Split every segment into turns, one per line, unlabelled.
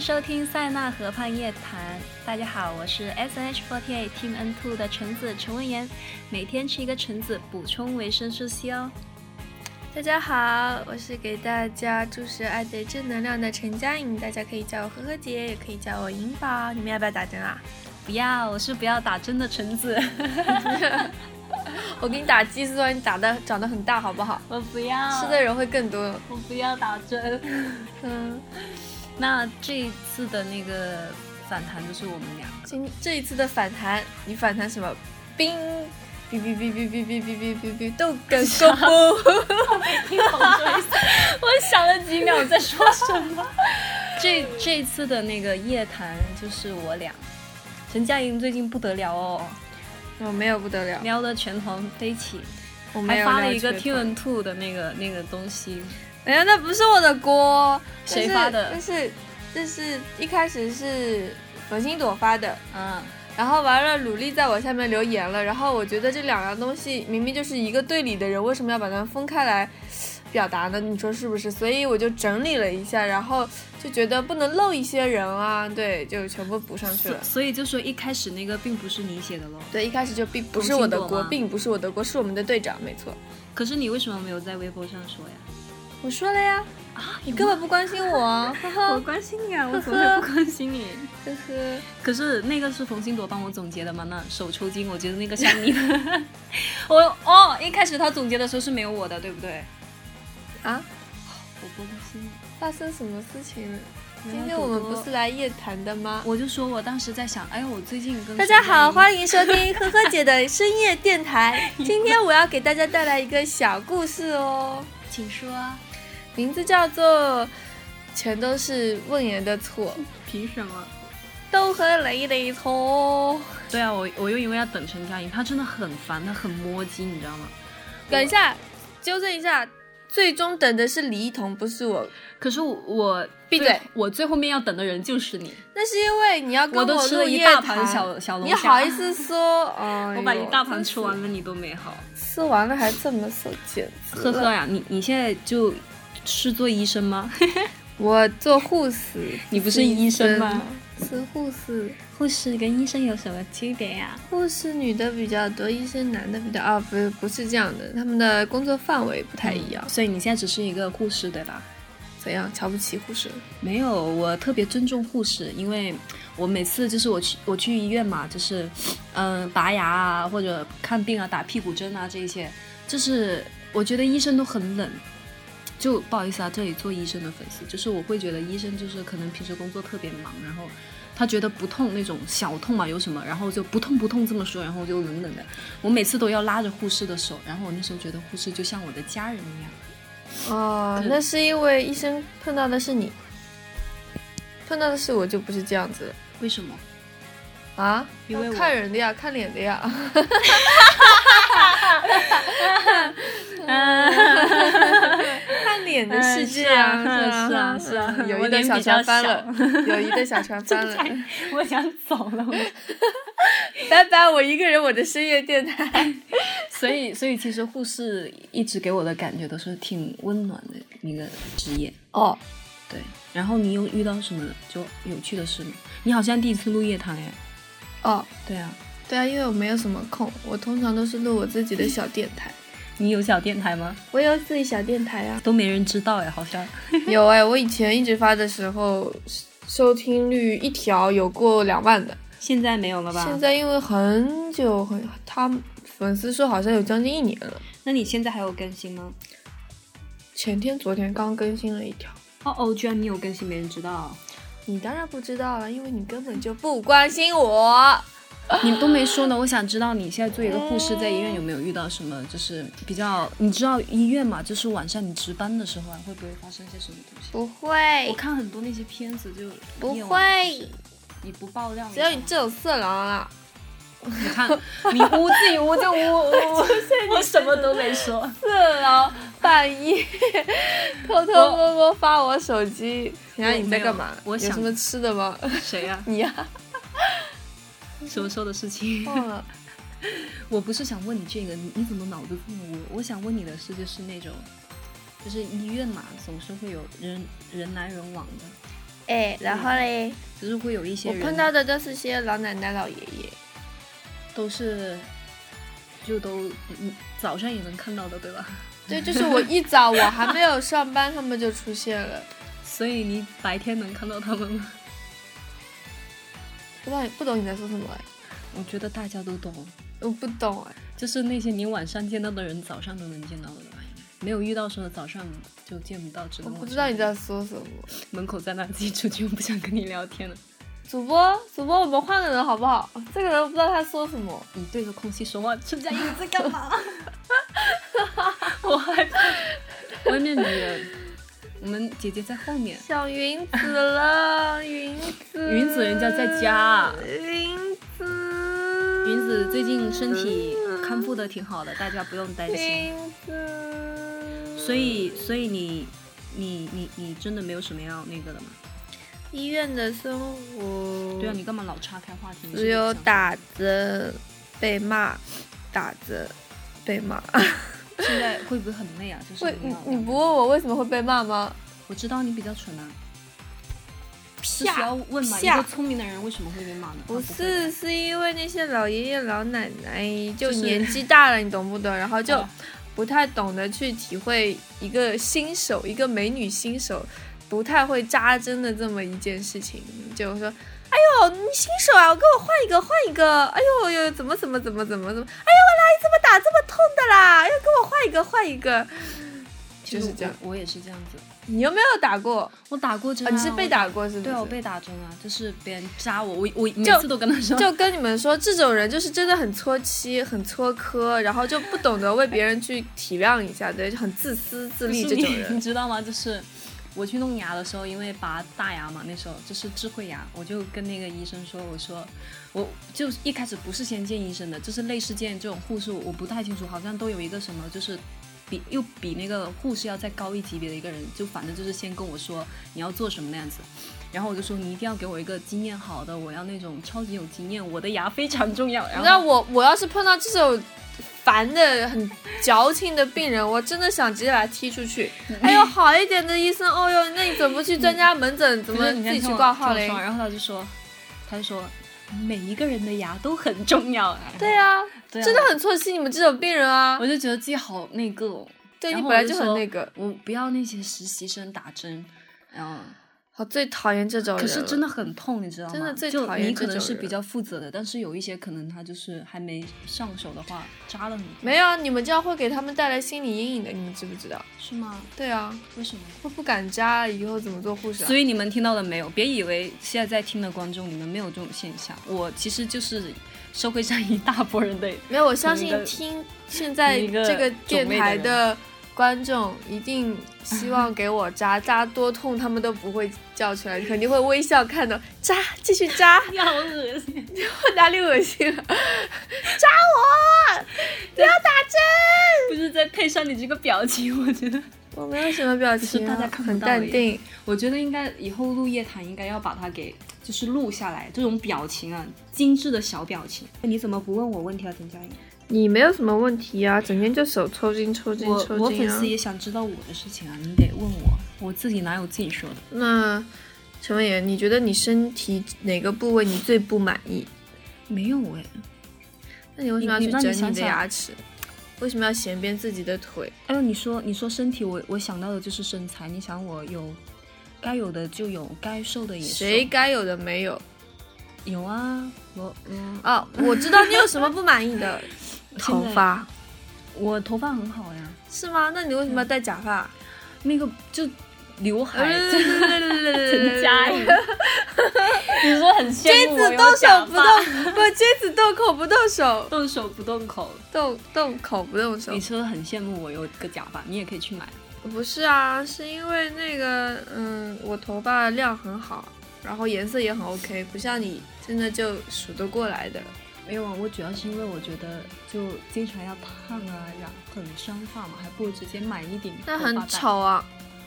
收听塞纳河畔夜谈。大家好，我是 S H forty eight Team N two 的橙子陈文妍，每天吃一个橙子，补充维生素 C 哦。
大家好，我是给大家注射爱的正能量的陈佳颖，大家可以叫我呵呵姐，也可以叫我颖宝。你们要不要打针啊？
不要，我是不要打针的橙子，
我给你打激素让你打的长得很大，好不好？
我不要，
吃的人会更多。
我不要打针。
嗯，
那这一次的那个反弹就是我们两个，
今这一次的反弹，你反弹什么？冰，哔哔哔哔哔哔哔哔哔哔，豆梗公布。
听懂这意思？我想了几秒在说什么。这这一次的那个夜谈就是我俩，陈佳莹最近不得了哦，
我没有不得了，
撩的全团飞起，
我没
还
有
发
聊
了一个
缺
T
口
N Two 的那个那个东西，
哎呀，那不是我的锅，
谁
但是
发的
但是但是一开始是文心朵发的，
嗯，
然后完了鲁丽在我下面留言了，然后我觉得这两样东西明明就是一个对立的人，为什么要把它们分开来表达呢？你说是不是？所以我就整理了一下，然后就觉得不能漏一些人啊，对，就全部补上去
所
了。
所以就说一开始那个并不是你写的喽，
对，一开始就并不是我的
文心朵
锅
吗，
并不是我的锅，是我们的队长，没错。
可是你为什么没有在微博上说呀？
我说了呀，
啊，
你根本不关心我啊，哈
我
哈，
关心你啊，我
怎
怎
么
么 会
会不
不关心你？
呵呵。
可是那个是冯鑫朵帮我总结的嘛？那手抽筋，我觉得那个像 你的。我哦，一开始他总结的时候是没有我的，对不对？
啊，
我不关心。
发生什么事情了？
没有
今天我们
朵
不
朵
是来夜谈的吗？
我就说我当时在想，哎，我最近跟
大家好，
欢
欢迎收 听呵呵姐的深夜电台。今天我要给大家带来一个小故事哦，
请说。啊
名字叫做《全都是问言的错，
凭什么？
都和雷雷错》。
对啊，我我又因为要等陈佳莹，她真的很烦，她很摸鸡，你知道吗？
等一下，纠正一下，最终等的是李一桐，不是我。
可是我我
闭
最
嘴
我最后面要等的人就是你，
那是因为你要跟
我都吃
录
了一
夜
大盘
谈
小小龙
你
虾，
好意？思说？哎 呦、
我把一大盘吃完了，你都没好。
吃完了还这么手贱，
呵呵呀，你你现在就是做医生吗？
我做护士，
你不是医生吗
医生？是护士，
护士跟医生有什么区别呀、
护士女的比较多，医生男的比较啊，不是不是这样的，他们的工作范围不
哎
太一样。
所以你现在只是一个护士对吧？
怎样瞧不起护士？
没有，我特别尊重护士，因为我每次就是我去我去医院嘛，就是嗯拔牙啊或者看病啊打屁股针啊这一些，就是我觉得医生都很冷。就不好意思啊，这里做医生的粉丝，就是我会觉得医生就是可能平时工作特别忙，然后他觉得不痛那种小痛嘛有什么，然后就不痛不痛这么说，然后就冷冷的。我每次都要拉着护士的手，然后我那时候觉得护士就像我的家人一样。
哦，那是因为医生碰到的是你，碰到的是我就不是这样子了
为什么？
啊。
因为
要
我
看人的呀，看脸的 呀。看脸的世界啊，
嗯是啊
是啊，
是 啊是啊
友
我
谊的
脸
小
比较
船翻
小
了，友谊的小船翻了。
我想走了，
拜拜，我一个人，我的深夜电台。
所以所以其实护士一直给我的感觉都是挺温暖的一个职业，
哦，
对。然后你有遇到什么就有趣的事吗？你好像第一次录夜谈哎，
哦，
对啊，
对啊，因为我没有什么空，我通常都是录我自己的小电台。
你有小电台吗？
我有自己小电台啊。
都没人知道哎，好像。
有哎，我以前一直发的时候，收听率一条有过两万的。
现在没有了吧？
现，在因为很久很，他粉丝说好像有将近一年了。
那你现在还有更新吗？
前天、昨天刚更新了一条。
哦哦，居然你有更新，没人知道，啊
你当然不知道了，因为你根本就不关心我。啊
你都没说呢。我想知道你现在做一个护士，在医院有没有遇到什么，就是比较，你知道医院嘛，就是晚上你值班的时候啊，会不会发生一些什么东西？
不会
我看很多那些片子就
哎不
夜晚
会
就是你不爆料，
只有你
知
这种色狼啊了。
道吗你看你污自己污就污污， 我什么都没说。
色狼半夜偷偷摸摸发我手机。陈佳，
我
你在干嘛
没有？我
有
想
什么吃的吗？
谁呀、
你呀、
什么时候的事情？
忘了。
我不是想问你这个，你你怎么脑子这么污？我想问你的是，就是那种，就是医院嘛，总是会有人人来人往的。
哎，然后 嘞，
就是会有一些
我
人
碰到的都是些老奶奶、老爷爷。
都是就都嗯早上也能看到的，对吧？
对，就是我一早我还没有上班，他们就出现了。
所以你白天能看到他们吗？
不懂不懂你在说什么、哎，
我觉得大家都懂，
我不懂哎。
就是那些你晚上见到的人，早上都能见到的吧？没有遇到说早上就见不到，只
我
能
不
晚
知
上
道你在说什么。
门口在那自己出去，我不想跟你聊天了。
主播，主播，我们换个人好不好？这个人不知道他说什么。
你嗯对着空气说话，春佳，你在干嘛？我害怕。外面的人，我们姐姐在后面。
小云子了， 云 子，
云子人家在家
云子，
云子最近身体康复的挺好的，大家不用担心。
云子。
所以，所以你，你，你，你真的没有什么要那个的吗？
医院的生活，
对啊，你干嘛老岔开话题？你是
只有
不是想
哎打针被骂，打针被骂。
现在会不会很累啊？就是
为
你
你
要
你不问我为什么会被骂吗？
我知道你比较蠢啊。这需
啪
要问嘛？一
啪
个聪明的人为什么会被骂呢？
不
他会
是，
吧，
是因为那些老爷爷老奶奶就
就是
年纪大了，你懂不懂？然后就
哦
不太懂得去体会一个新手，一个美女新手不太会扎针的这么一件事情，就说。哎呦，你新手啊！我给我换一个，换一个。哎呦呦，怎么怎么怎么怎么怎么？哎呦，我哪里这么打这么痛的啦？哎呦，给我换一个，换一个。
其
就
实
是这样
我。我也是这样子，
你有没有打过？
我打过针、
啊，
啊
你是被
我
打过是不是？
对啊，我被打针啊，就是别人扎我，我我每
就
次都跟他 说，
就跟你们说，这种人就是真的很搓漆、很搓科，然后就不懂得为别人去体谅一下，对，就很自私自利这
你
种
你
人。
知道吗？就是我去弄牙的时候，因为拔大牙嘛，那时候就是智慧牙，我就跟那个医生说，我说我就一开始不是先见医生的，就是类似见这种护士，我不太清楚，好像都有一个什么就是。比又比那个护士要再高一级别的一个人，就反正就是先跟我说你要做什么那样子，然后我就说你一定要给我一个经验好的，我要那种超级有经验，我的牙非常重要。然
你
后
知道我，我要是碰到这种烦的、很矫情的病人，我真的想直接把他踢出 去。哎呦，好一点的医生，哦呦，那你怎么不去专家门诊？怎
可
么
是你
自
看
己去
听我
挂号
听我
嘞
说？完然后他就说，他就说，每一个人的牙都很重要啊。
对啊，
对啊
真的很错惜你们这种病人啊
我。就觉得自己好那个、哦，
对
然
你
后
本来
我
就
就
很
说
那个，
我不要那些实习生打针，然后
我最讨厌这种人
可
了。
是真的很痛，你知道吗？
真的最讨
就
厌
你
这
可能
种
是
人
比较负责的，但是有一些可能他就是还没上手的话，扎了你
没有啊，你们这样会给他们带来心理阴影的，你们知不知道？
是吗？
对啊，
为什么？
会不敢扎，以后怎么做护士、啊？
所以你们听到了没有？别以为现在在听的观众你们没有这种现象，我其实就是社会上一大波人的
没有，我相信
同一个
听现在
同一个
这个电台
种类
的观众一定 希望给我扎，扎多痛他们都不会叫出来，肯定会微笑看到扎，继续扎，
你好恶心！
我哪里恶心啊了？扎我，不要打针。
不是再配上你这个表情，我觉得，
我没有什么表
是
情、啊，
大家看不
很
到
淡
而已
定。
我觉得应该以后录夜谈应该要把它给就是录下来，这种表情啊，精致的小表情。哎你怎么不问我问题啊，陈佳颖？
你没有什么问题啊，整天就手抽筋抽筋
我
抽
我
筋
粉
啊
丝。也想知道我的事情啊，你得问我，我自己哪有自己说的？
那陈文言，你觉得你身体哪个部位你最不满意？
没有哎，
那你为什么要去
你那你
整
想
你的
想
牙齿？为什么要嫌鞭自己的腿？
哎呦，你说你说身体，我我想到的就是身材。你想我有该有的就有，该瘦的也瘦，
谁该有的没有？
有啊？我嗯，
哦，我知道你有什么不满意的， 头发
我头发很好呀，
是吗？那你为什么要戴假发？哎
那个就刘海。
嗯陈
陈 佳 颖，你说很羡
君
慕
子动手 不动，不，君子动口不动手，
动手不动口，
动动口不动手
你。说很羡慕我有个假发，你也可以去买。
不是啊，是因为那个，嗯，我头发量很好，然后颜色也很 OK，不像你真的就数得过来的。
没有啊，我主要是因为我觉得就经常要烫啊，染很伤发嘛，还不如直接买一顶。
那很。丑啊，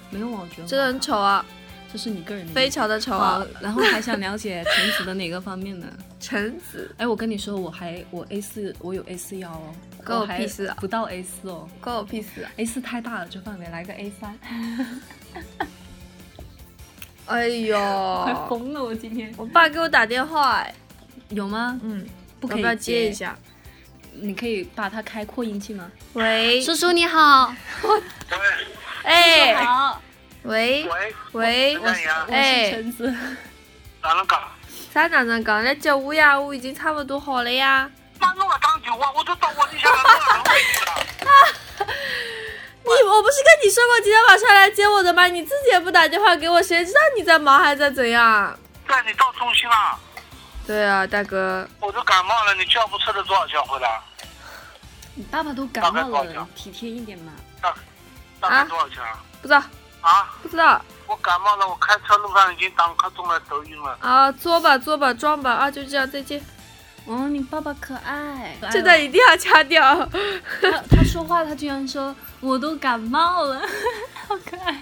没有啊，我觉得
真的很，丑啊，
这是你个人的
非
意见。
常的丑啊
好。，然后还想了解橙子的哪个方 面呢？
橙子
哎，我跟你说，我还我 A 四，我有 A 四腰哦，
关我
还
屁事啊
不到 A 四哦
关我屁事啊！
，A 四太大了，这范围来个 A 三。
哎 呦，
快 疯了！我今天
我爸给我打电话，哎
有吗？
嗯，
不可
要
以
不要接一嗯
下？
下？
你可以把它开扩音器吗？
喂，
叔叔你好，
喂，
哎，
好，
喂，
喂，
喂，
我是
我
哎
是橙子。
哪能讲？
啥哪能讲？那接我呀，我已经差不多好了呀。
哪能不打电话？啊我都到屋里向了，哪能回去了？
你我不是跟你说过今天晚上来接我的吗？你自己也不打电话给我，谁知道你在忙还在怎样？
带你到中心了，
对啊，大哥，
我都感冒了，你叫不车了多少钱回来？
你爸爸都感
大
冒
概多少
了，体贴一点嘛。
大概多少钱？
不知道
啊，
不知道
我感冒了，我开车路上已经打开中了抖音了。
啊，作吧作吧装吧啊，就这样再见。哎
哦，你爸爸可爱，哎
这段一定要掐掉。
他他说话，他居然说我都感冒了， 好可爱。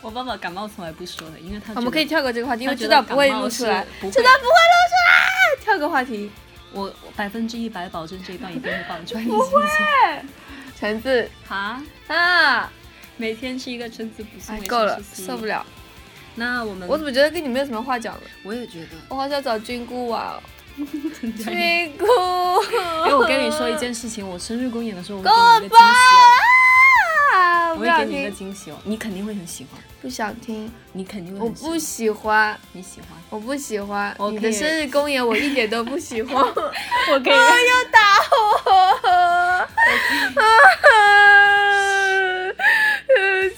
我爸爸感冒从来不说的，因为他
我们可以跳过这个话题，因为
他觉
知
得
道不会录出来
感冒是，不会
知道不会录出来。跳个话题，
我百分之一百保证这一段一定会放 出来。不会
橙子
啊，
啊，
每天吃一个橙子补素，
哎
每，天
够了，
吃西
受不。了。
那我们
我怎么觉得跟你没有什么话讲了？
我也觉得，
我好想找菌菇 玩哦，
因
菌菇。
为哎我跟你说 一件事情，我生日公演的时候，我
给
会给你
我
一个惊
吧
喜哦，
啊！
我
不
会
想
给你一个
听，
惊喜哦，你肯定会很喜欢，
不想听，
你肯定会
我
很喜欢，
不
你
喜欢，
喜欢，
我不喜欢。
我
你
可
的
以
生日公演我一点都不喜欢，
我可以。
打我！啊！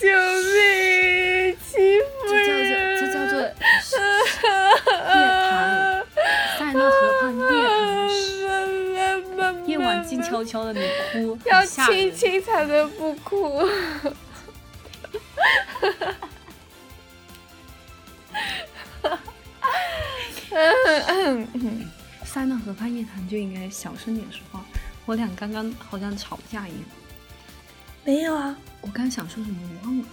救命！欺负
这叫
人！
做这 叫做夜谈，塞纳河畔夜谈时， 夜晚静悄悄的，你 哭，
要
很吓人
亲。亲才能不哭。
塞纳河畔夜谈就应该小声点说话。我俩刚刚好像吵架一样，
没有啊，
我刚想说什么我忘了。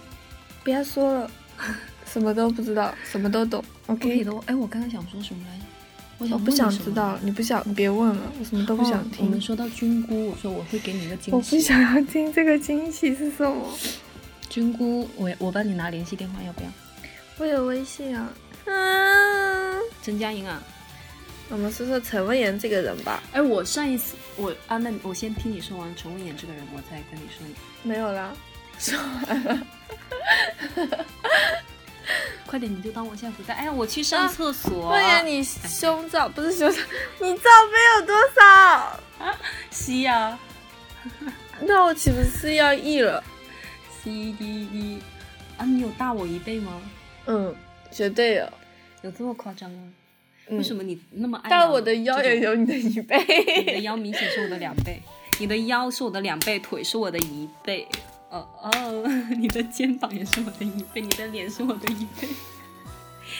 不要说了，什么都不知道，什么都懂。
我给
OK，
的我，哎，我刚刚想说什么来着？我
我
想
不
问
想
什么
知道，你不想，你别问了，我什么都
哦
不想
我们
听。
说到菌菇，我说我会给你一个惊喜。
我不想要听这个惊喜是什么？
菌菇，我我帮你拿联系电话，要不要？
我有微信啊。嗯，
陈佳莹啊，
我们说说陈文言这个人吧。
哎，我上一次我啊，那我先听你说完陈文妍这个人，我再跟你说。
没有啦，
快点，你就当我现在不在。哎呀，我去上厕所。
文言啊你胸罩不是胸罩，你罩杯有多少？
吸呀、
那我岂不是要溢了？
吸滴滴。啊，你有大我一倍吗？
嗯，绝对有。
有这么夸张吗？
嗯
为什么你那么爱？
但我的腰也
有。
有你的一
你的
倍。
腰明显是我的两倍，你的腰是我的两倍，腿是我的一倍。哦哦，你的肩膀也是我的一倍，你的脸是我的一倍。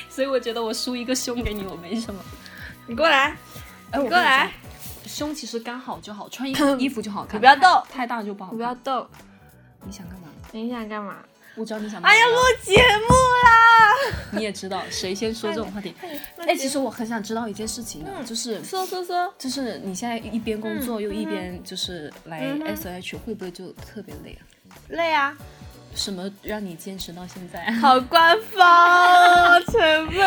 所以我觉得我输一个胸给你，我没什么。
你过来，
哎，我
过来
跟你讲，胸其实刚好就好，穿衣 服衣服就好看。
你不要动
太大就不好看。
你不要动。
你想干嘛？
你想干嘛？
我知道你想干嘛。
哎呀，录节目啦！
你也知道谁先说这种话题。
哎
哎，其实我很想知道一件事情啊，就是
说说说，
就是你现在一边工作又一边就是来
嗯哼
S H，会不会就特别累啊？
累啊！
什么让你坚持到现在啊？
好官方哦，陈梦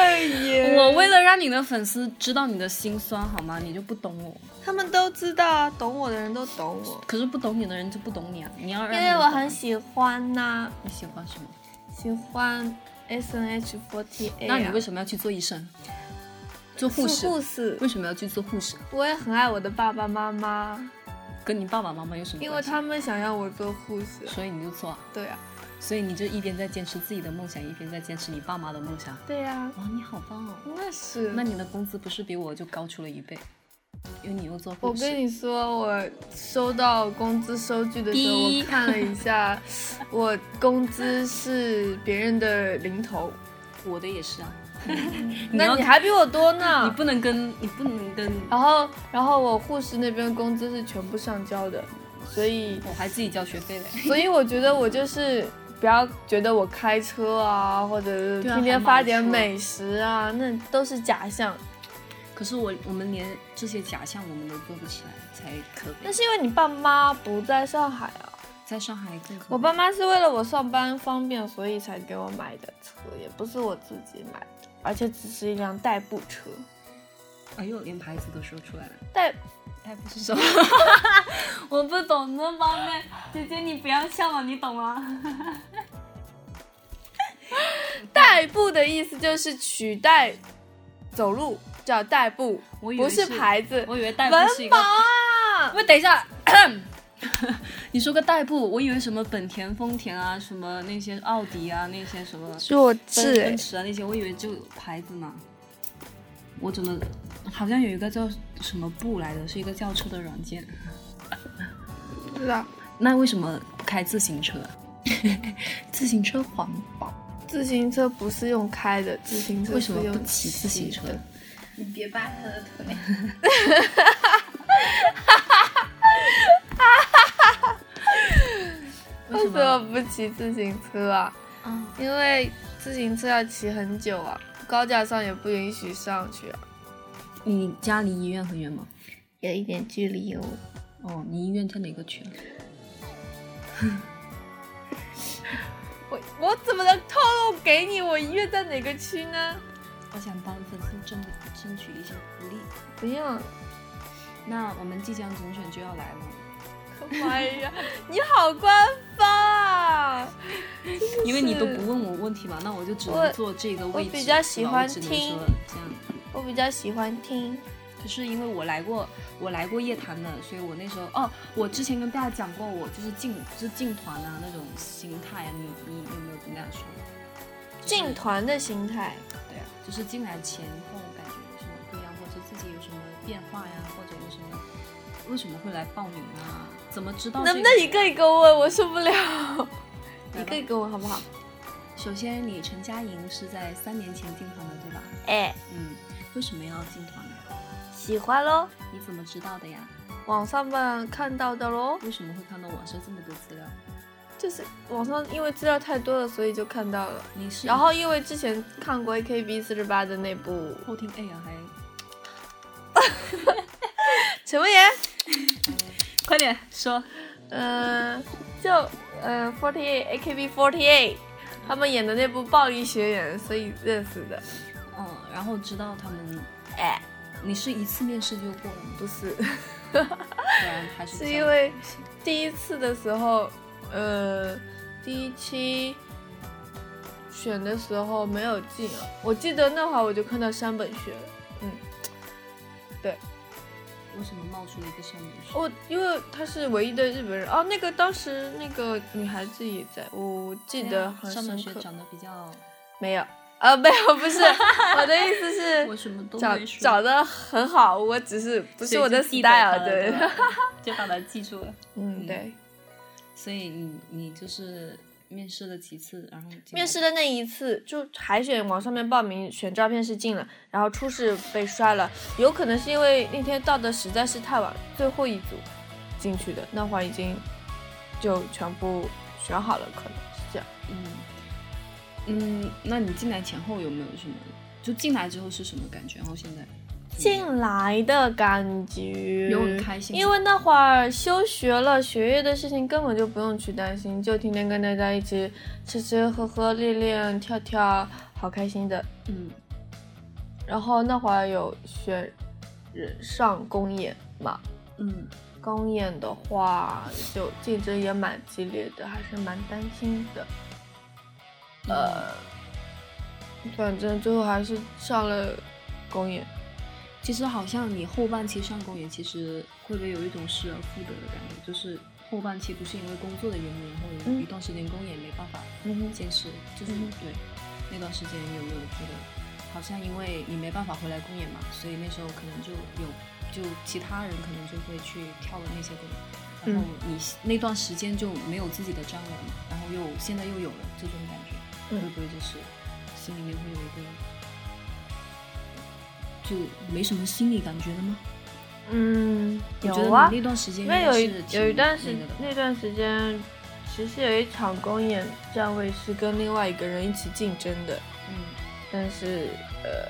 妍。
我为了让你的粉丝知道你的辛酸，好吗？你就不懂我，
他们都知道啊，懂我的人都懂我，
可是不懂你的人就不懂你啊！你要让
因
他
为
们
我
懂
很
啊
喜欢呐、
你喜欢什么？
喜欢 S N H 4 8
那你为什么要去做医生？哎做护士？
护士
为，什么要去做护士？
我也很爱我的爸爸妈妈，
跟你爸爸妈妈有什么
因为
关系？
他们想要我做护士。
所以你就做啊，
对啊，
所以你就一边在坚持自己的梦想，一边在坚持你爸妈的梦想。
对啊，
哇，你好棒哦！
那是。
那你的工资不是比我就高出了一倍？因为你又做护
我
士。
跟你说，我收到工资收据的时候，
逼
我看了一 下，我工资是别人的零头，
我的也是啊。你
那
要
你还比我多
你
呢。
不能跟你不能跟，
然后，然后我护士那边工资是全部上交的，所以，
我还自己交学费嘞。
所以我觉得我就是不要觉得我开车啊，或者是
对啊
天天
还
发
买
点
车
美食啊，那都是假象。
可是我我们连这些假象我们都做不起来，才可
那
悲。
是因为你爸妈不在上海啊。
在上海更可能
我爸妈是为了我上班方便，所以才给我买的车，也不是我自己买的，而且只是一辆代步车。
哎呦，连牌子都说出来了，
代
还不是什么？ 我不懂这方面，姐姐你不要笑了，你懂吗？
代步的意思就是取代走路，叫代步，
我以为
不是
是
牌子。
我以为代
文
步是一
盲
个。
啊！
不，等一下， 你说个代步，我以为什么本田、丰田啊，什么那些奥迪啊，那些什么
弱
奔
智哎
奔，驰啊那些，我以为就有牌子嘛。我怎么好像有一个叫什么步来的，是一个叫车的软件。
不知道
那为什么不开自行车？ 自行车环保，
自行车不是用开的，自行车
为什么
是用
不骑自行车
骑？的
你别扒他的腿。
为什么不骑自行车啊？
嗯
因为自行车要骑很久啊，高架上也不允许上去啊。
你家离医院很远吗？
有一点距离哦。
哦，你医院在哪个区啊？
我我怎么能透露给你我医院在哪个区呢？
我想帮粉丝争争取一些福利。
不用，
那我们即将总选就要来了，
妈哎呀，你好官方啊！
因为你都不问我问题嘛，那我就只
我
能坐这个位置。
我比较喜欢
是吧我只能说这样。
我比较喜欢听，
可是因为我来过，我来过夜谈的，所以我那时候哦，我之前跟大家讲过，我就是进就是进团啊那种心态啊，你你有没有跟大家说？就是
进团的心态。
对啊，就是进来前后感觉有什么不一样，或者自己有什么变化呀，或者有什么为什么会来报名啊？怎么知道、这
能不能一个一个问？我受不了。
来
一
吧
个一个问好不好？
首先，你陈佳莹是在三年前进团的，对吧？
哎，
嗯，为什么要进团呢？
喜欢喽，
你怎么知道的呀？
网上面看到的喽，
为什么会看到网上这么多资料？
就是网上因为资料太多了，所以就看到了。
你是
然后因为之前看过 AKB 四十八的那部，
后听 A 啊呀，还
陈文言，
快点说，
嗯、就呃 Forty Eight AKB Forty Eight 他们演的那部《暴力学园》，所以认识的。
嗯，然后知道他们，
哎，
你是一次面试就过了吗？
不是，
不然还是
是
比较
因为第一次的时候，呃，第一期选的时候没有进啊。我记得那会儿我就看到山本学了，嗯，
为什么冒出了一个山本树？
我哦因为他是唯一的日本人哦。那个当时那个女孩子也在，我记得很
山本
深
学
刻。
长得比 较，
没有，呃，没有，不是，我的意思
我
是
什么都
找
没说，
找的很好，我只是不
不
是我的 style，对，
就把它记住了。
嗯，对。
所以你你就是面试了几次，然后进来
面试的那一次，就海选往上面报名选照片是进了，然后初试被刷了，有可能是因为那天到的实在是太晚，最后一组进去的，那会儿已经就全部选好了，可能是这样。
嗯嗯，那你进来前后有没有什么？就进来之后是什么感觉？然后现在
进来的感觉
有很开心
因为那会儿休学了，学业的事情根本就不用去担心，就天天跟大家一起吃吃喝喝、练练跳跳，好开心的。
嗯
然后那会儿有选人上公演嘛，
嗯，
公演的话就竞争也蛮激烈的，还是蛮担心的。
嗯
呃，反正最后还是上了公演。
其实好像你后半期上公演，其实会不会有一种失而复得的感觉？就是后半期不是因为工作的原因，然后有
嗯
一段时间公演没办法
嗯哼
坚持，就是
嗯
对那段时间有没有觉得好像因为你没办法回来公演嘛，所以那时候可能就有就其他人可能就会去跳了那些歌，然后
嗯
你那段时间就没有自己的张罗嘛，然后又现在又有了这种感觉，
嗯
会不会就是心里面会有一个就没什么心理感觉的吗？
嗯，
我觉得
有啊
你，那段时间
因
应
为
该
有
是
一
挺
有一段时
那个的
那段时间，其实有一场公演站位是跟另外一个人一起竞争的，
嗯
但是呃，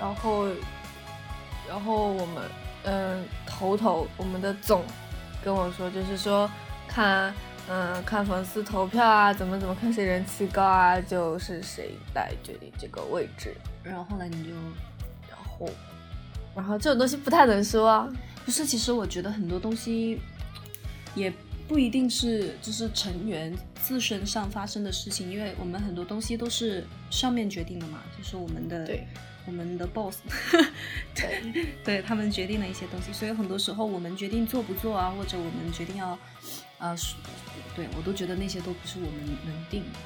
然后然后我呃们嗯、头头我们的总跟我说，就是说看嗯，看粉丝投票啊，怎么怎么看谁人气高啊，就是谁来决定这个位置。
然后后来你就，
然后，然后这种东西不太能说，啊
不是，其实我觉得很多东西也不一定是就是成员自身上发生的事情，因为我们很多东西都是上面决定的嘛，就是我们的
对
我们的 boss，
对，
对他们决定了一些东西，所以很多时候我们决定做不做啊，或者我们决定要，呃，是对我都觉得那些都不是我们能定的，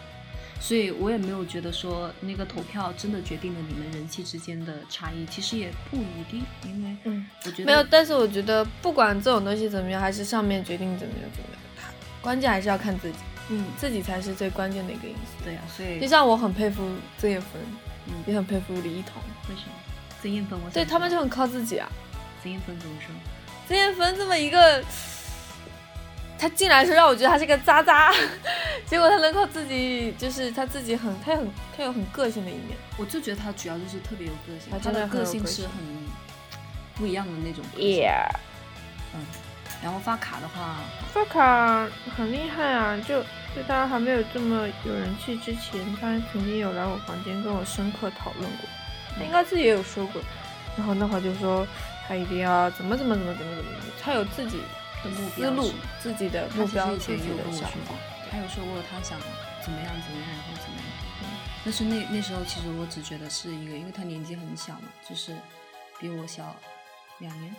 所以我也没有觉得说那个投票真的决定了你们人气之间的差异，其实也不一定，因为
嗯，
我觉得
没有。但是我觉得不管这种东西怎么样，还是上面决定怎么样怎么样，关键还是要看自己，
嗯，
自己才是最关键的一个因素。
对啊，所以
就像我很佩服曾叶芬，
嗯
也很佩服李一桐，
为什么曾艳芬我想
对他们就很靠自己啊。
曾艳芬怎么说？
曾艳芬这么一个，她进来的时候让我觉得她是个渣渣， 结果她能够自己，就是她自己很，她也很，她有很个性的一面。
我就觉得她主要就是特别有个性
她，
她
真的
的
很有
个性
个
是
性
很不一样的那种个性。嗯，然后发卡的话，
发卡很厉害啊！就就他还没有这么有人气之前，他曾经有来我房间跟我深刻讨论过，他应该自己也有说过。然后那会儿就说他一定要怎么怎么怎么怎么怎么怎么，他有自己
的目
思
标
路
是吗、
自己的
她
目
其实
标、
以
自
前
己
也有跟
的
我
想
说
法
过。，她有说过她想怎么样怎么样，然后怎么样。但是那那时候其实我只觉得是一个，因为她年纪很小嘛，就是比我小两年。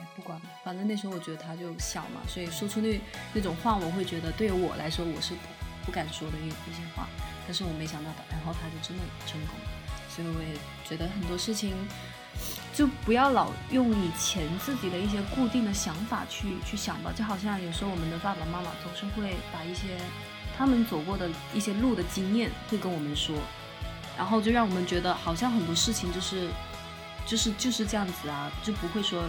哎，不管了，反正那时候我觉得她就小嘛，所以说出那那种话，我会觉得对我来说我是不不敢说的一一些话。但是我没想到的，然后她就真的成功了。所以我也觉得很多事情就不要老用以前自己的一些固定的想法去去想吧，就好像有时候我们的爸爸妈妈总是会把一些他们走过的一些路的经验会跟我们说，然后就让我们觉得好像很多事情就是就是就是这样子啊，就不会说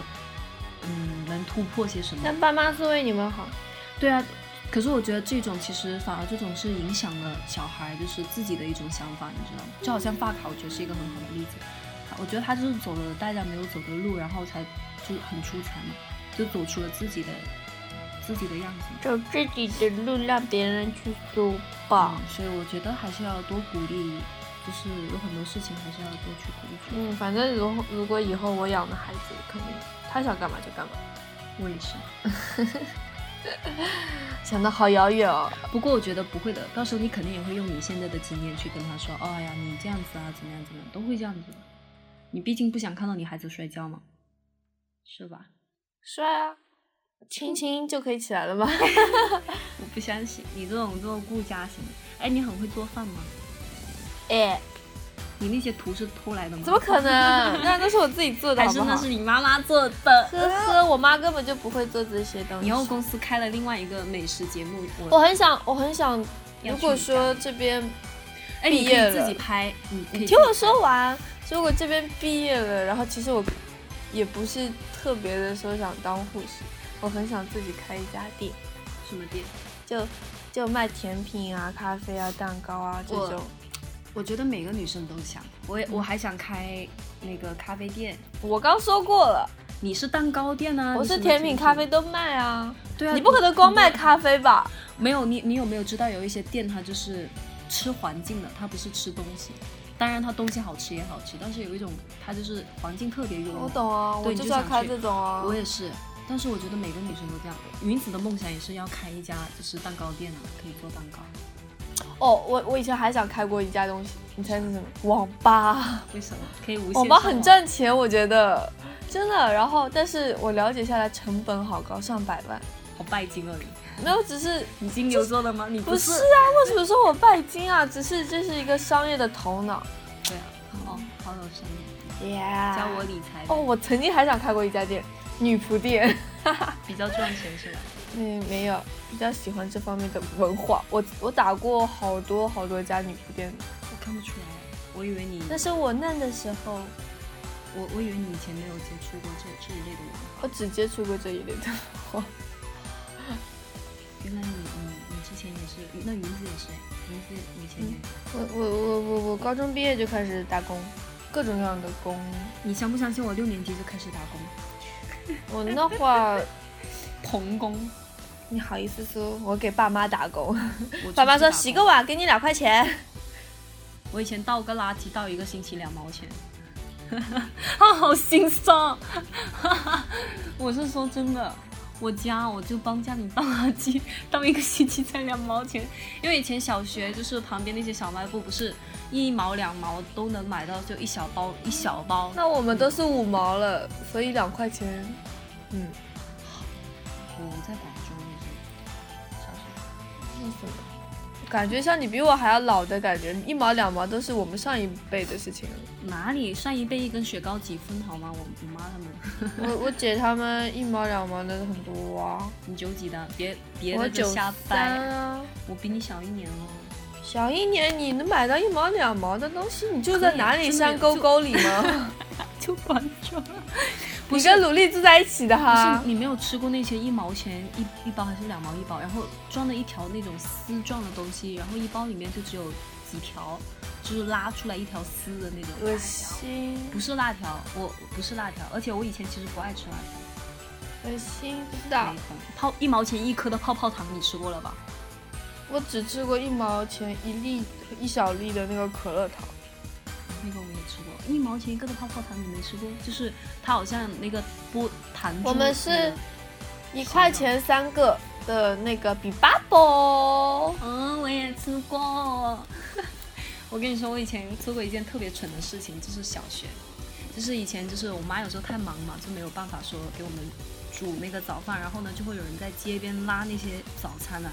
嗯能突破些什么。
但爸妈是为你们好，
对啊，可是我觉得这种其实反而这种是影响了小孩，就是自己的一种想法，你知道吗？就好像发卡，我觉得是一个很好的例子。他我觉得他就是走了大家没有走的路，然后才就很出彩嘛，就走出了自己的自己的样子。
走自己的路，让别人去走吧
嗯。所以我觉得还是要多鼓励，就是有很多事情还是要多去鼓励鼓励。
嗯，反正如果如果以后我养的孩子，肯定他想干嘛就干嘛。
我也是，
想的好遥远哦。
不过我觉得不会的，到时候你肯定也会用你现在的经验去跟他说，哦哎呀，你这样子啊，怎么样怎么样，都会这样子的。你毕竟不想看到你孩子摔跤嘛，是吧？
帅啊，
嗯
亲亲就可以起来 了吗？
我不相信你这种这种顾家型，哎，你很会做饭吗？
哎，
你那些图是偷来的吗？
怎么可能？ 那都是我自己做的，
还
好
是
不
那
好？
是你妈妈做的？
呵呵，我妈根本就不会做这些东西。
以后公司开了另外一个美食节目，
我
我
很想，我很想，
要
如果
去你家
说这边，
哎，你
毕
可以
业
自
了
己拍，你可以
你
自己
听我说完，如果这边毕业了，然后其实我也不是特别的说想当护士，我很想自己开一家店，
什么店？
就就卖甜品啊、咖啡啊、蛋糕啊这
我
种。
我觉得每个女生都想，我也我还想开那个咖啡店，
我刚说过了，
你是蛋糕店啊，
我
你
是
什么
甜品、咖啡，都卖啊，
对啊，
你不可能光卖
很多
咖啡吧？
没有你，你有没有知道有一些店它就是吃环境的，它不是吃东西。当然，它东西好吃也好吃，但是有一种它就是环境特别优美。
我懂啊，我
对
就
你
是
就
要
想
开
去
这种啊。
我也是。但是我觉得每个女生都这样。云子的梦想也是要开一家就是蛋糕店啊，可以做蛋糕。
哦，我我以前还想开过一家东西，你猜是什么？网吧。
为什么？可以无限。
网吧很。赚钱，我觉得真的。然后，但是我了解下来，成本好高，上百万。
好拜金哦你！
没有，只是
你金牛座的吗？你
不是
是？
啊？为什么说我拜金啊？只是这是一个商业的头脑。
对啊。哦，好有生意。
Yeah
教我理财。
哦，。我曾经还想开过一家店，女仆店。
比较赚钱是吧？
嗯，没有，比较喜欢这方面的文化。我我打过好多好多家女仆店，
我看不出来，我以为你，
但是我嫩的时候，
我我以为你以前没有接触过这这一类的文化。
我只接触过这一类的文化。
原来你你你之前也是，那云子也是，云子以前也。
我我我我我高中毕业就开始打工，
各种各样的工。
你相不相信我六年级就开始打工，
我那会儿
童工？
你好意思说我给爸妈打工？
我
爸妈
出去打
说
工
洗个碗给你两块钱。
我以前倒个垃圾倒一个星期两毛 钱，啊，好心酸。 我是说真的，我家我就帮家里倒垃圾，倒一个星期才两毛钱。因为以前小学就是旁边那些小卖部，不是一毛两毛都能买到，就一小包一小包。
那我们都是五毛了，所以两块钱。嗯，
我在广州那时候，小学
感觉像你比我还要老的感觉，一毛两毛都是我们上一辈的事情 了。
哪里上一辈一根雪糕几分好吗？我我妈他们，
我我姐他们一毛两毛的很多啊，
你九几的？别别
我
在这
九
瞎
三
掰，
啊，
我比你小一年哦。
小一年你能买到一毛两毛的东西，你住在哪里
可以啊
山沟沟里吗？
就广州， 不
你
是
跟鲁丽住在一起的
不
哈
是，你没有吃过那些一毛钱一一包还是两毛一包，然后装了一条那种丝状的东西，然后一包里面就只有几条，就是拉出来一条丝的那种。
恶心
不是辣条，我我不是辣条，而且我以前其实不爱吃辣条。
恶心，不知道
没，空泡一毛钱一颗的泡泡糖你吃过了吧？
我只吃过一毛钱一粒一小粒的那个可乐糖。
那个我也吃过，一毛钱一个的泡泡糖你没吃过？就是它好像那个波弹珠那个。
我们是一块钱三个的那个比巴卜，
嗯，我也吃过。 我跟你说，我以前做过一件特别蠢的事情，就是小学，就是以前就是我妈有时候太忙嘛，就没有办法说给我们煮那个早饭，然后呢就会有人在街边拉那些早餐啊。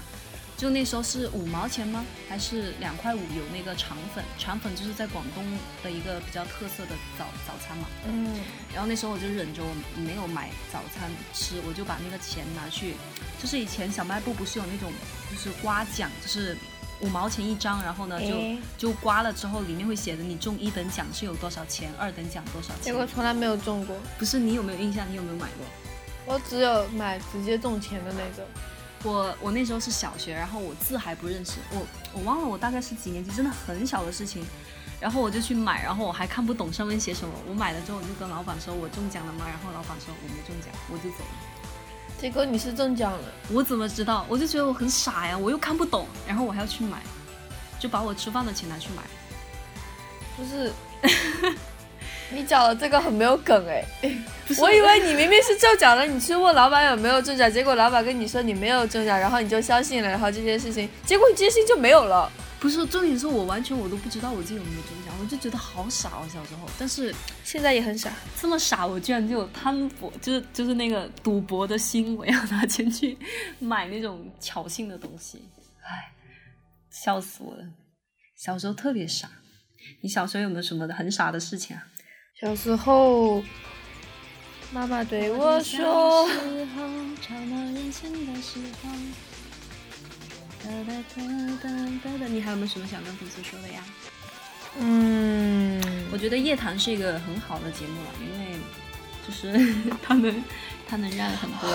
就那时候是五毛钱吗？还是两块五有那个肠粉？肠粉就是在广东的一个比较特色的早早餐嘛。
嗯，
然后那时候我就忍着我没有买早餐吃，我就把那个钱拿去，就是以前小卖部不是有那种就是刮奖，就是五毛钱一张，然后呢就
诶
就刮了之后里面会写着你中一等奖是有多少钱，二等奖多少
结果
钱。
从来没有中过，
不是你有没有印象？你有没有买过？
我只有买直接中钱的那种。
我我那时候是小学，然后我字还不认识，我我忘了我大概是几年级，真的很小的事情。然后我就去买，然后我还看不懂上面写什么。我买了之后我就跟老板说我中奖了吗？然后老板说我没中奖，我就走了。
结果你是中奖了，
我怎么知道？我就觉得我很傻呀，我又看不懂，然后我还要去买，就把我吃饭的钱拿去买。
不 是？你讲的这个很没有梗哎、
不是
我以为你明明是中奖了，你去问老板有没有中奖，结果老板跟你说你没有中奖，然后你就相信了，然后这件事情，结果你这件事情就没有了。
不是重点是我完全我都不知道我自己有没有中奖，我就觉得好傻哦，小时候。但是
现在也很傻，
这么傻，我居然就有贪博，就是就是那个赌博的心，我要拿钱去买那种侥幸的东西。 唉，笑死我了，小时候特别傻。你小时候有没有什么很傻的事情啊？
小时候，妈妈对我说，
你还有没有什么想跟粉丝说的呀？
嗯，
我觉得夜谈是一个很好的节目了，因为就是 它能它能让很多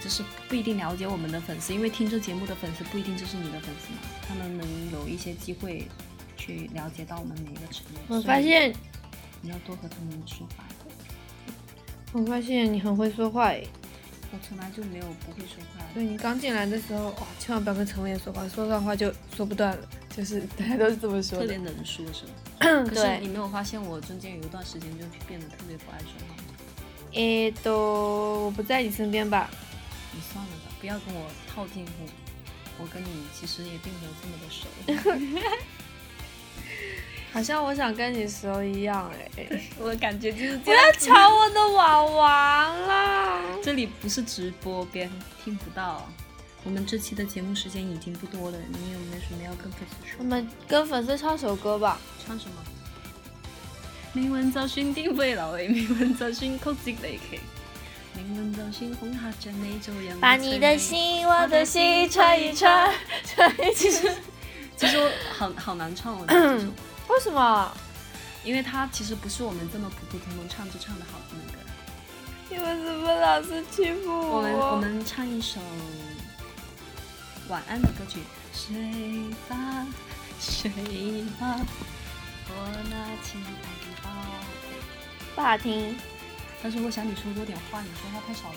就是不一定了解我们的粉丝，因为听这节目的粉丝不一定就是你的粉丝嘛，他们能有一些机会去了解到我们每一个成员。
我
所以
发现，
你要多和他们说话。
我发现你很会说话诶。
我从来就没有不会说话的。
对你刚进来的时候，哇，千万不要跟成员说话，说上话就说不断了，就是大家都是这么说
特
的
别。能说是 吧？可是
对
你没有发现我中间有一段时间就变得特别不爱说话吗？
诶，都我不在你身边吧？
你算了吧，不要跟我套近乎。我跟你其实也并没有这么的熟。
好像我想跟你说一样哎、
我感觉就是
不要抢我的娃娃啦！
这里不是直播，别人听不到。我们这期的节目时间已经不多了，你有没有什么要跟粉丝
我
说？
们跟粉丝唱首歌吧。
唱什么？命運就算顛沛流離，命運就算曲折離奇，命運就算恐嚇着你做人。
把你的。心，我的心，串一串，串一串。
其实我好好难唱哦，这首。
为什么？啊
因为它其实不是我们这么普普通通唱就唱的好的那个。
你们怎么老是欺负我？
我们我们唱一首晚安的歌曲，睡吧睡吧，我那亲爱的宝贝。
不好听。
但是我想你说多点话，你说话太少了。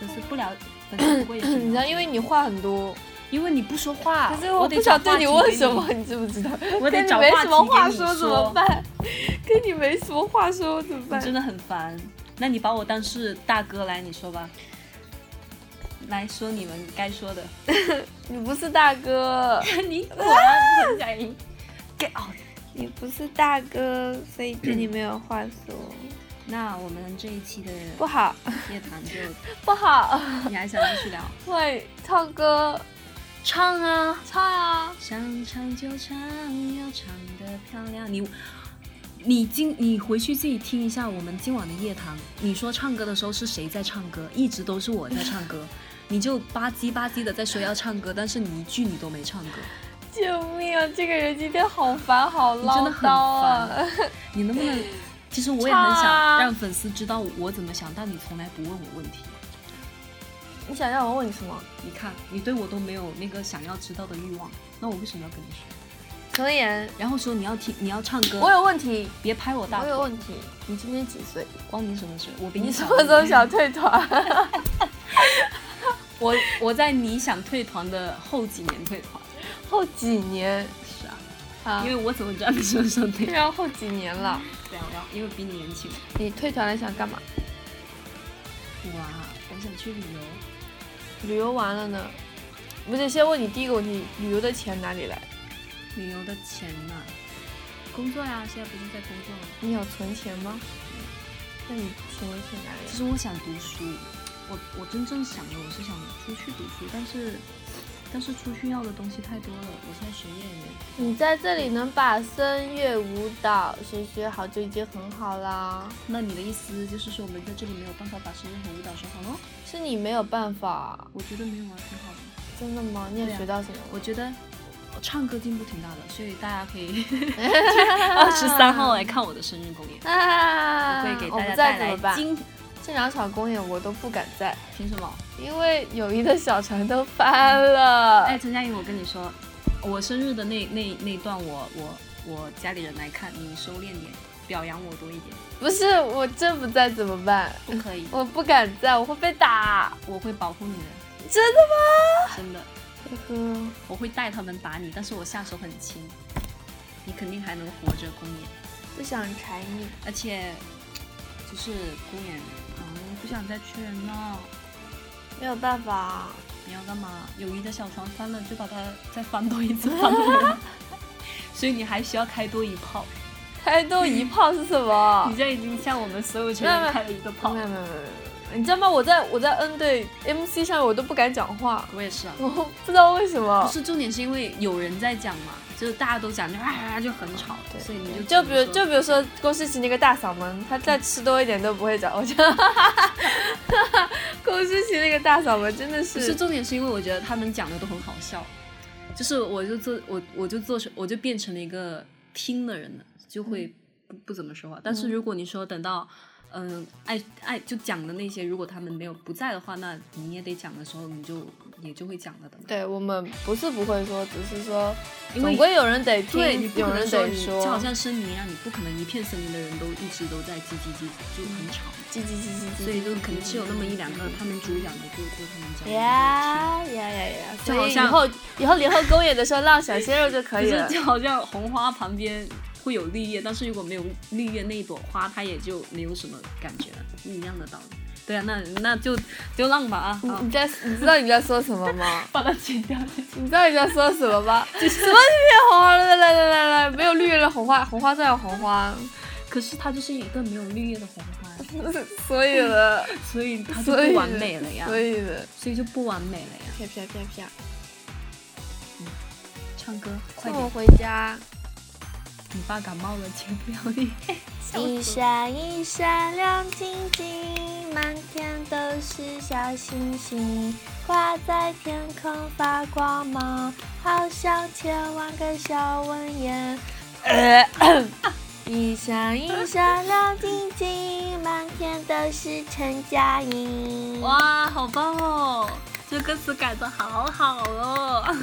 粉丝不了，粉丝不过也是
你知道，因为你话很多，
因为你不说话，
可是
我
不
得找
想
话
对
题
问
给
什么，你知不知道？
我
跟
得
你
找
没
话
什么
题
话
给你
说怎么
说
办？跟你没什么话说怎么办
你？真的很烦。那你把我当是大哥来，你说吧，来说你们该说的。
你不是大哥，
你果然很想赢，给哦。
你不是大哥，所以对你没有话说，
那我们这一期的
不好，
夜谈 就，
不好。
你还想继续聊？
会唱歌，
唱啊，
唱啊！
想唱就唱，要唱的漂亮。你，你今你回去自己听一下我们今晚的夜谈。你说唱歌的时候是谁在唱歌？一直都是我在唱歌，你就吧唧吧唧的在说要唱歌，但是你一句你都没唱歌，
救命啊！这个人今天好烦，好
你真
唠
的
叨
很
啊！
烦。 你能不能？其实我也很
唱
想
啊
让粉丝知道我怎么想，但你从来不问我问题。
你想让我问你什么？
你看，你对我都没有那个想要知道的欲望，那我为什么要跟你说？
可言，
然后说你要听，你要唱歌，
我有问题，
别拍我大
我
腿，
有问题。你今年几岁？
关你什么事？ 我比
你
你
什
小
么
一
时候
年
想退 团？
我我在你想退团的后几年退团，
后几年
是啊，
啊
因？为我怎么知道你什么时候退
对
团？
啊，后几年了。
对啊，我要因为比你年轻。
你退团了想干嘛？
哇，我想去旅游，
旅游完了呢？不是，先问你第一个问题，旅游的钱哪里来？
旅游的钱呐、工作呀、现在不是在工作吗？
你有存钱吗？那你存的钱哪里来
其？实我想读书，我我真正想的我是想出去读书，但是但是出去要的东西太多了，我现在学业也没有。
你在这里能把声乐、舞蹈学学好就已经很好啦，
那你的意思就是说我们在这里没有办法把声音和舞蹈学好喽？
是你没有办法，
我觉得没有啊，挺好的。
真的吗？你有
对啊
学到什么？
我觉得我唱歌进步挺大的，所以大家可 以二十三号来看我的生日公演，我
啊，
会给
我
大
不
家
在
带
怎么
来
办？
惊。
这两场公演我都不敢在，
凭什么？
因为友谊的小船都翻了。
哎，陈佳莹，我跟你说，我生日的那那那段我，我我家里人来看，你收敛点，表扬我多一点，
不是，我真不在怎么办？
不可以，
我不敢在，我会被打。
我会保护你的，
真的吗？
真的，
呵呵，
我会带他们打你，但是我下手很轻，你肯定还能活着公演。
不想缠你。
而且就是公演，嗯，我不想再缺人了。
没有办法，
你要干嘛？友谊的小船翻了，就把它再翻多一次，翻回 来。所以你还需要开多一炮，
开多一炮是什么
你？这已经向我们所有成员开了一个炮
没。有没有没有没有，你知道吗？我在我在 N 队 MC 上面我都不敢讲话，
我也是啊，
我不知道为什么。
不是重点是因为有人在讲嘛，就是大家都讲就啊就很吵，
对
所以你就
就比
只
如
能说
就比如说郭诗琪那个大嗓门，她再吃多一点都不会长。我觉得郭诗琪那个大嗓门真的
不
是
是重点是因为我觉得他们讲的都很好笑，就是我就做我我就做成我就变成了一个听的人了，就
嗯
会不不怎么说话。但是如果你说等到嗯、爱爱就讲的那些，如果他们没有不在的话，那你也得讲的时候，你就也就会讲了的嘛。
对我们不是不会说，只是说
因
总
为
归有人得
对你
听，
不
有
可能
人
说
得
你
说
就。好像森林一样，你不可能一片森林的人都一直都在叽叽叽，就很吵。
叽叽叽叽叽，
所以就肯定是有那么一两个他们主讲的就就他们讲的。
呀呀呀呀！
就
所
好
以以
像
后以后联合公演的时候让小鲜肉就可
可
以
是
了。
就好像红花旁边会有绿叶，但是如果没有绿叶那一朵花，它也就没有什么感觉了，一样的道理。对啊，那那就就浪吧啊，
你
啊
你在 你知道你在说什么吗？
把它剪掉。
你知道你在说什么 吗？什么绿红花？来来来来来，没有绿叶的红花，红花照样红花。
可是它就是一个没有绿叶的红花，
所以 呢，
所以 它就
所
不
以呢
完美了呀，
所以呢，
所以就不完美了呀。
啪啪啪啪，
唱歌快
送
点，
我回家。
你爸感冒了，请不要你。
一闪一闪亮晶晶，满天都是小星星，挂在天空发光芒，好像千万个小蚊眼。一闪一闪亮晶晶，满天都是陈佳 莹。
哇，好棒哦！这歌词改的好好哦。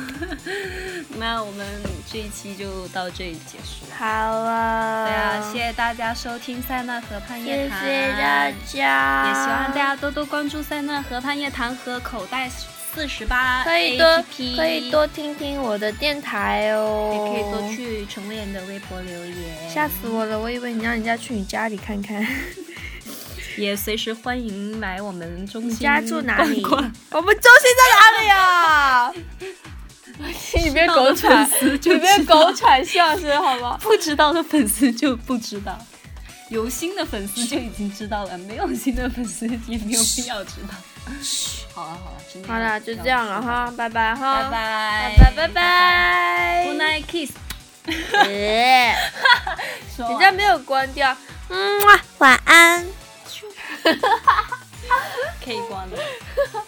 那我们这一期就到这里结束。
好啊，
对啊，谢谢大家收听塞纳河畔夜
谢
谈，
谢大家，
也希望大家多多关注塞纳河畔夜谈和口袋四十八
可以多
APP，
可以多听听我的电台哦，
也可以多，去陈威廉的微博留言，
吓死我了，我以为你让人家去你家里看看，
也随时欢迎来我们中心。
你家住哪里？
逛逛
我们中心在哪里啊？
你别狗
粉
喘，
丝就
你别
知道
狗喘相声好吗？
不知道的粉丝就不知道，有心的粉丝就已经知道了，没有心的粉丝也没有必要知道。好了好了，真的
好啦，就这样了，哈，拜拜哈，
拜拜
拜拜拜拜
Good night kiss，
耶
说
人
完
家没有关掉，
嗯，晚安。
可以关了。